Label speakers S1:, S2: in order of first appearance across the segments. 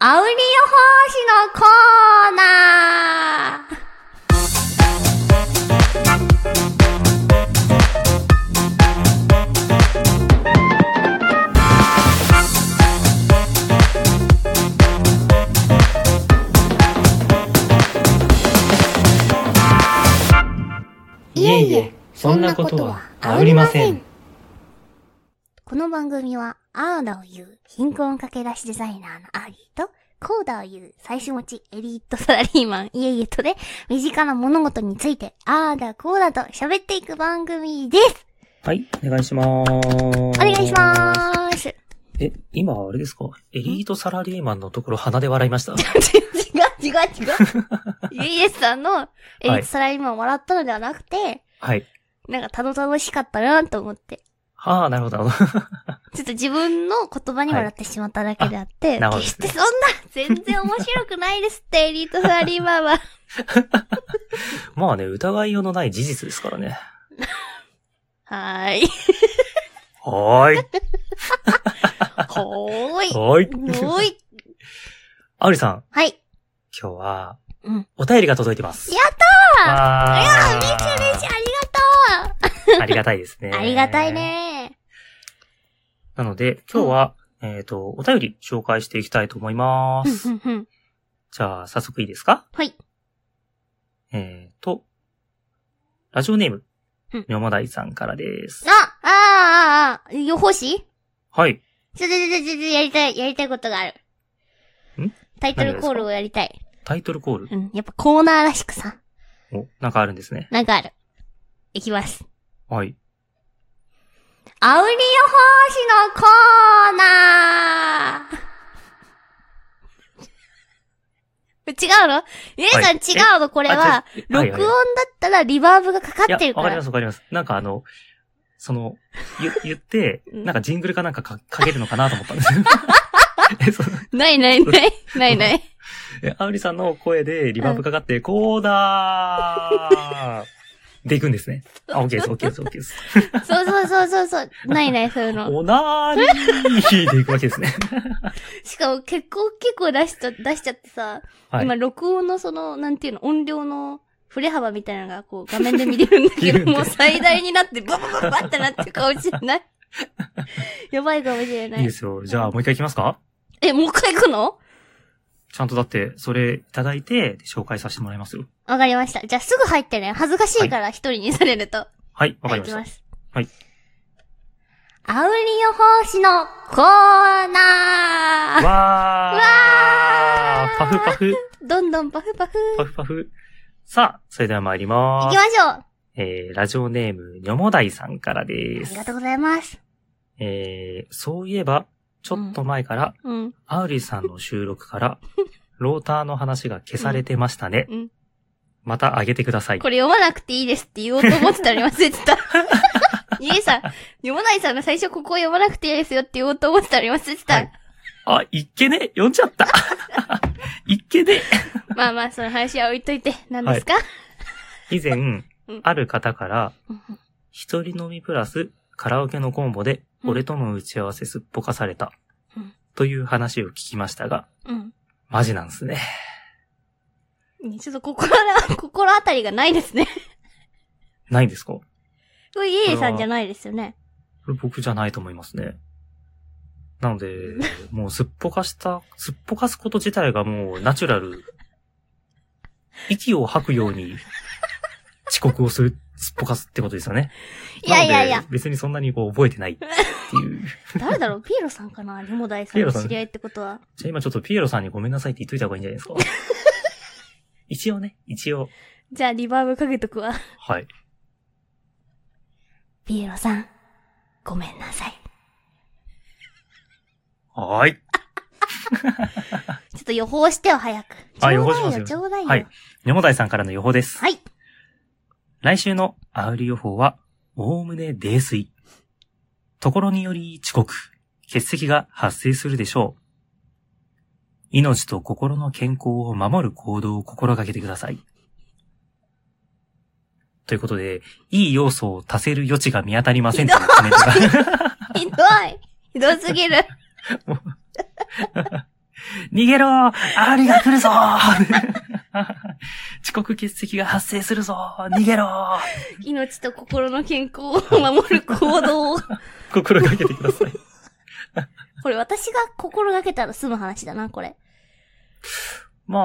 S1: アウリオ奉仕のコーナー
S2: いえいえ、そんなことはありません。
S1: この番組は、アーダを言う、貧困駆け出しデザイナーのアーリーと、コーダを言う、最終持ち、エリートサラリーマン、いえいえとで、身近な物事について、アーダ、コーダと喋っていく番組です。
S2: はい、お願いしまー
S1: お
S2: す。
S1: 願いしまーす。違
S2: え、今、あれですかエリートサラリーマンのところ鼻で笑い ました。
S1: う違う違う。イエイエスさんの、エリートサラリーマンを笑ったのではなくて、
S2: はい。
S1: なんかたどたどしかったなと思って。
S2: はあ、なるほ
S1: ち
S2: ど。
S1: ょっと自分の言葉に笑ってしまっただけであって、
S2: いなるほど
S1: 決してそんな、全然面白くないですって、エ リートサラリーマンは。
S2: まあね、疑いようのない事実ですからね。
S1: は ーい。
S2: はーい。
S1: ほーい。
S2: はーい。
S1: ほー い。
S2: あおりさん、
S1: はい。
S2: 今日は
S1: うん、
S2: お便りが届いてます。
S1: や
S2: ったーわー
S1: 嬉しい嬉しい。ありがと
S2: ありがたいですね。
S1: う。ありがたい。ね。
S2: なので、今日は、えっ、と、お便り紹介していきたいと思いま
S1: うん
S2: す。
S1: うんうん。
S2: じゃあ、早速いいですか
S1: はい。
S2: えっ、と、ラジオネーム
S1: うん、
S2: みょまだいさんからです。
S1: あ、あーあー、あー予報士
S2: はい。
S1: ちょ、ちょ、ちょ、ちょ、ちょやりたい、やりたいことがある。
S2: ん
S1: タイトルコールをやりたい。
S2: タイトルコール。
S1: うん。やっぱコーナーらしくさ、
S2: お、なんかあるんですね。
S1: なんかある。いきます。
S2: はい。
S1: アウリオ奉仕のコーナー 違うのゆえさん、
S2: はい
S1: 違うのこれは
S2: あ、、ちょ
S1: 録音だ
S2: いい
S1: ったらリバーブがかかってる
S2: いや、
S1: か。
S2: わからりますわかります。なんかあの、その、ゆ 言って、
S1: うん
S2: なんかジングルかなんかかかけるのかなと思ったんです え、その、
S1: ないないない、ないない。
S2: え、アウリさんの声でリバーブかかって、こうだーでいくんですね。あ、オッケーです、オッケーです、オッケーです。
S1: そうそうそうそうそう、ないない、そういうの。
S2: おなーりーでいくわけですね。
S1: しかも結構結構出しちゃ、出しちゃってさ、
S2: はい
S1: 今録音のその、なんていうの、音量の振れ幅みたいなのがこう画面で見れるんだけ
S2: 見るん
S1: ど、
S2: だ
S1: もう最大になってバババババってなってるかもしれ ない。やばいかもしれない
S2: いい。ですよ。じゃあ、もう一回いきますか
S1: え、もう一回行くの
S2: ちゃんとだって、それいただいて、紹介させてもらいますよ。
S1: わかりました。じゃあすぐ入ってね。恥ずかしいから一人にされると。わ
S2: はい、わかりまし
S1: い、行
S2: た
S1: き。ます。
S2: はい。
S1: アウリオ奉仕のコーナー
S2: わー
S1: わー
S2: パフパフ、
S1: どんどんパフパフ。
S2: パフパフ。さあ、それでは参り
S1: 行
S2: ま
S1: き
S2: す。
S1: ましょうあ
S2: えー、ラジオネーム、にょもだいさんからで
S1: り
S2: す
S1: が。とうございます。
S2: えー、そういえば、ちょっと前から、
S1: うん。
S2: アウリさんの収 録から、ローターの話が消されてましたね。
S1: うんうん
S2: また上げてください。
S1: これ読まなくていいですって言おうと思ってたのに忘れて た。イエさん、読まないさんが最初ここを読まなくていいですよって言おうと思ってたのに忘れてた。
S2: はいあ、いっけね読んじゃった いっけね
S1: まあまあ、その話は置いといて。何ですか、
S2: 以前
S1: うん、
S2: ある方から、
S1: うんうん
S2: 一人飲みプラスカラオケのコンボで、
S1: うん
S2: 俺との打ち合わせすっぽかされた
S1: うん。
S2: という話を聞きましたが、
S1: うん。
S2: マジなんですね。
S1: ねちょっと心が、心当たりがないですね。
S2: ないんですかこ
S1: これ、イエイさんじゃないですよね。
S2: れ僕じゃないと思いますね。なので、 もうすっぽかした、すっぽかすこと自体がもうナチュラル。息を吐くように遅刻をする、すっぽかすってことですよね。
S1: いやいやいや
S2: なので別にそんなにこう覚えてないっていう。
S1: 誰だろうピエロさんかなリモダイさんの知り合いってことは。
S2: じゃあ今ちょっとピエロさんにごめんなさいって言っといた方がいいんじゃないです か一応ね、一応。
S1: じゃあリバーブかけとくわ。
S2: はい。
S1: ピエロさん、ごめんなさい。
S2: はーい。
S1: ちょっと予報してよ、早く。
S2: あ
S1: ちょ
S2: 予
S1: う
S2: 報
S1: だ
S2: し
S1: い
S2: ます
S1: よ、
S2: よ
S1: ちょうだいよ。
S2: はい。女房さんからの予報です。
S1: はい。
S2: 来週のアウリ予報は、おおむね泥酔。ところにより遅刻、欠席が発生するでしょう。命と心の健康を守る行動を心がけてください。ということで、いい要素を足せる余地が見当たりませんというコメントが。
S1: ひどい。ひどすぎる。
S2: 逃げろアーリが来るぞ 遅刻欠席が発生するぞ逃げろ
S1: 命と心の健康を守る行動を。
S2: 心がけてください。
S1: これ私が心がけたら済む話だな、これ。
S2: まあ、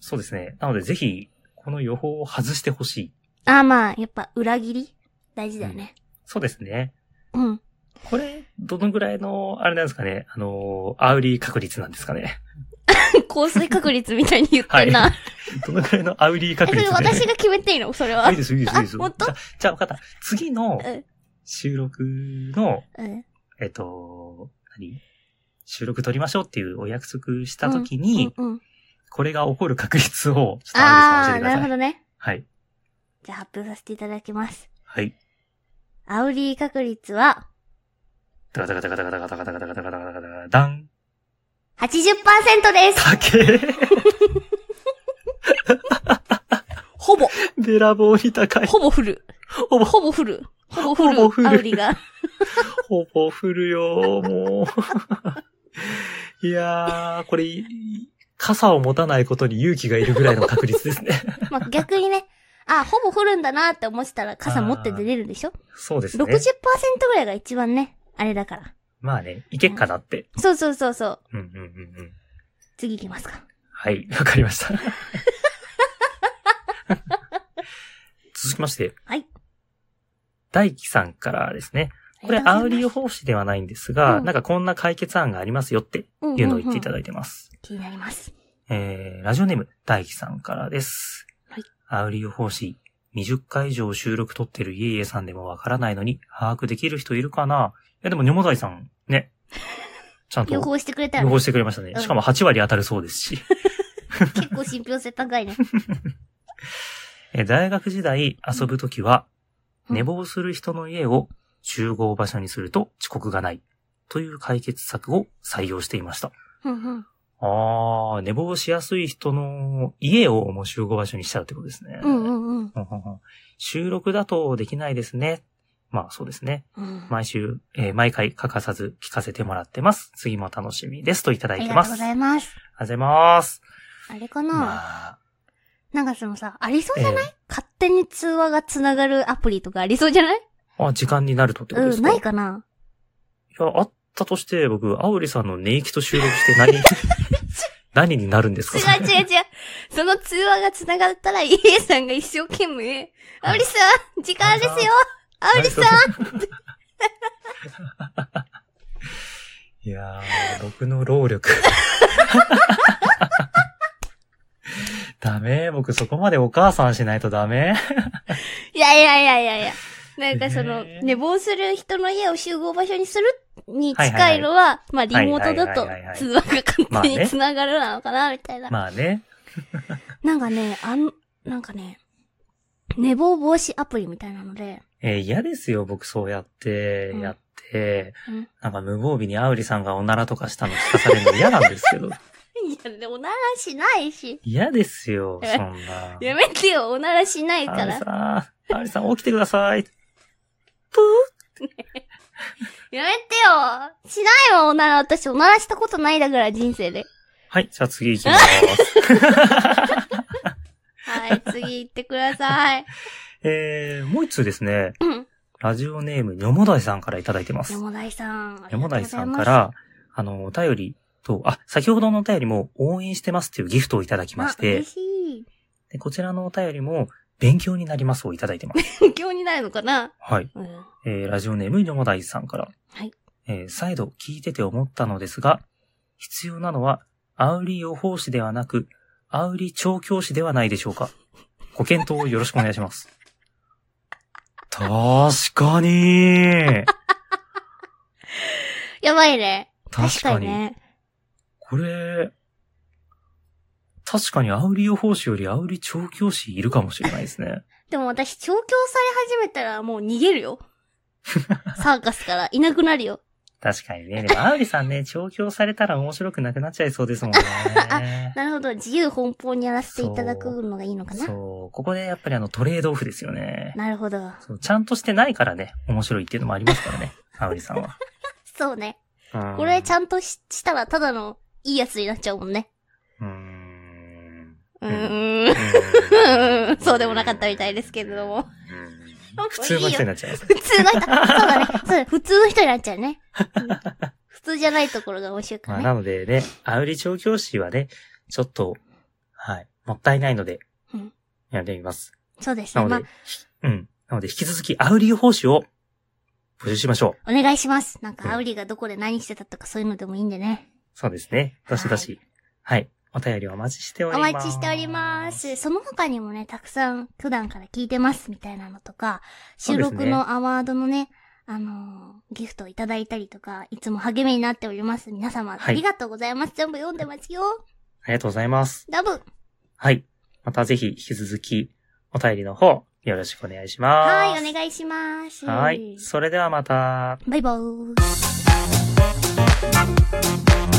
S2: そうですね。なのでぜひ、この予報を外してほしい。
S1: あーまあ、やっぱ裏切り大事だよね。
S2: そうですね。
S1: うん。
S2: これ、どのぐらいの、あれなんですかね。あの、アウリ確率なんですかね。
S1: 降水確率みたいに言ってんな。
S2: は どのぐらいのアウリ
S1: え、そ
S2: 確
S1: れ
S2: 率で
S1: 私が決めていいのそれは。
S2: いいです、いいです、いいです。
S1: あ本当
S2: じゃあ、じゃあ分かった。次の
S1: うん
S2: 収録の、
S1: うん。
S2: えっと、何収録撮りましょうっていうお約束した時に、
S1: うんうん。
S2: これが起こる確率を、ちょっとア
S1: あ
S2: ウ
S1: ー、
S2: リさん教えてくだ
S1: なる
S2: さ
S1: ほ
S2: い。
S1: どね。
S2: はい。
S1: じゃあ発表させていただきます。
S2: はい。
S1: アウリー確率は
S2: ダカダカダカダカダカダカダカダカダカダカダカダン。
S1: 80%です
S2: かけ
S1: ほぼ、
S2: べらぼうに高い。
S1: ほぼ降る。
S2: ほぼ、
S1: ほぼ降る。ほぼ降る。
S2: ほぼ降る
S1: アウリーが。
S2: ほぼ降るよ、もう。いやー、これ、傘を持たないことに勇気がいるぐらいの確率ですね。
S1: まあ、逆にね、あ、ほぼ降るんだなって思ってたら傘持って出れるでしょ
S2: そうですね。
S1: ?60% ぐらいが一番ね、あれだから。
S2: まあね、いけっかなって。
S1: そうそうそうそう。
S2: うんうんうんうん。
S1: 次行きますか。
S2: はい、わかり ました。続きまして。
S1: はい。
S2: 大輝さんからですね。これ、アウリオ奉仕ではないんですが、
S1: うん
S2: なんかこんな解決案がありますよって
S1: い
S2: いうのを言っていた
S1: だい
S2: だいてます。
S1: て。気になります。
S2: えー、ラジオネーム、大輝さんからです。
S1: はい。
S2: アウリオ奉仕、20回以上収録撮ってるイエイエさんでもわからないのに、把握できる人いるかないや、でも、ニョモダイさん、ね。ちゃんと
S1: 予報してくれたら
S2: 予
S1: ね
S2: 報してくれましたね。しかも8割当たるそうです し。
S1: 結構信憑性高いね。
S2: えー大学時代遊ぶときは、
S1: うん
S2: 寝坊する人の家を集合場所にすると遅刻がないという解決策を採用していました。
S1: うんうん。
S2: あー、寝坊しやすい人の家をもう集合場所にしちゃうってことですね。
S1: うんうんうん。
S2: ほんほんほん収録だとできないですね。まあそうですね。
S1: うん
S2: 毎週、えー毎回欠かさず聞かせてもらってます。次も楽しみですといた
S1: あ
S2: だい
S1: り
S2: て
S1: が
S2: ま
S1: とう
S2: す。
S1: ござ
S2: ありがと
S1: います。
S2: うございます。
S1: あれか
S2: ま
S1: な
S2: あ、
S1: なんかそのさ、ありそうじゃない
S2: え
S1: 勝手に通話が繋がるアプリとかありそうじゃない
S2: ーあ、時間になるとってことで
S1: う
S2: す
S1: ん、
S2: か、
S1: ないかない
S2: や、あったとして、僕、アウリさんの寝息と収録して 何、何になるんです
S1: 違
S2: か
S1: う違う違う。その通話が繋がったら、イエさんが一生懸命、アウリさん、時間ですよアウリさん
S2: いやー、僕の労力。 ダメ僕そこまでお母さんしないとダメ
S1: いやいやいやいやいや。なんかその、
S2: ねえ
S1: 寝坊する人の家を集合場所にするに
S2: はいは
S1: 近
S2: いはい
S1: いのは、まあリモートだ
S2: は
S1: と
S2: いはいはいはいはい
S1: 通話が
S2: まあ
S1: 勝手
S2: ね
S1: に繋がるなのかな、みたいな。
S2: まあね。
S1: なんかね、あの、なんかね、寝坊防止アプリみたいなので、
S2: えー嫌ですよ、僕そうやって
S1: う、ん
S2: やって。
S1: うん
S2: なんか無防備にアウリさんがおならとかしたの聞かされるの嫌なんです けど。
S1: いや、でもおならしないし。
S2: 嫌ですよ、そんな。
S1: やめてよ、おならしない
S2: ア
S1: か
S2: ウ
S1: ら。
S2: リ
S1: や
S2: さん、アウリさん起きてください。プー
S1: めてよしないわ、おなら。私、おならしたことないだから、人生で。
S2: はい、じゃあ次行き ます。
S1: はい、次行ってください。
S2: えー、もう一通ですね。
S1: うん。
S2: ラジオネーム、にょもだいさんからいただいてます。に
S1: 山田井さん。
S2: ょもだいさんか
S1: あ
S2: ら、あの、お便りと、あ、先ほどのお便りも応援してますっていうギフトをいただき
S1: りが
S2: ま
S1: とう
S2: し
S1: ござい
S2: て
S1: ます、、あ嬉しい。
S2: でこちらのお便りも、勉強になりますをいただいてます。
S1: 勉強になるのかな
S2: はい。
S1: うん。
S2: えー、ラジオネーム、にょもだいさんから。
S1: はい。
S2: えー、再度聞いてて思ったのですが、必要なのは、アウリ予報士ではなく、アウリ調教師ではないでしょうか。ご検討をよろしくお願いします。確かに
S1: やばいね。
S2: 確
S1: 確
S2: か
S1: か
S2: に。
S1: にね。
S2: これ、確かにアウリ予報士よりアウリ調教師いるかもしれないですね。
S1: でも私、調教され始めたらもう逃げるよ。 サーカスからいなくなるよ。
S2: 確かにね。でも、アウリさんね、調教されたら面白くなくなっちゃいそうですもんね。
S1: なるほど。自由奔放にやらせていただくのがいいのかな。
S2: そう。ここでやっぱりあのトレードオフですよね。
S1: なるほど。
S2: そうちゃんとしてないからね、面白いっていう のもありますからね、アウリさんは。
S1: そうね。
S2: うん
S1: これちゃんとししたらただのいいやつになっちゃうもんね。
S2: うー ん。
S1: う
S2: うん
S1: ーん。
S2: うん
S1: そうでもなかったみたいですけれども。
S2: うん。普通の人になっちゃいます。
S1: 普通の人、そうだね。そうだ普通の人になっちゃうね。うん普通じゃないところが面白いか
S2: ま
S1: らね。
S2: あ、なのでね、アウリ調教師はね、ちょっと、はい、もったいないので
S1: うん、
S2: やってみます。
S1: そうです
S2: な
S1: ね。
S2: ので、
S1: まあ、
S2: うん。なので、引き続き、アウリ予報士を募集しましょう。
S1: お願いします。なん
S2: うん
S1: か、アウリがどこで何してたとかそういうのでもいいんでね。
S2: そうですね。どしどし。はい。お便りお待ちしてお
S1: お
S2: ります。
S1: 待ちしております。。その他にもね、たくさん普段から聞いてますみたいなのとか、
S2: そう
S1: 収
S2: ですね
S1: 録のアワードのね、あのーギフトをいただいたりとか、いつも励みになっております。皆様、
S2: はい
S1: ありがとうございます。全部読んでますよ。
S2: ありがとうございます。
S1: ラブ
S2: はい。またぜひ、引き続き、お便りの方、よろしくお願いします。
S1: はい、お願いします。
S2: はい。それではまた。
S1: バイバーイ。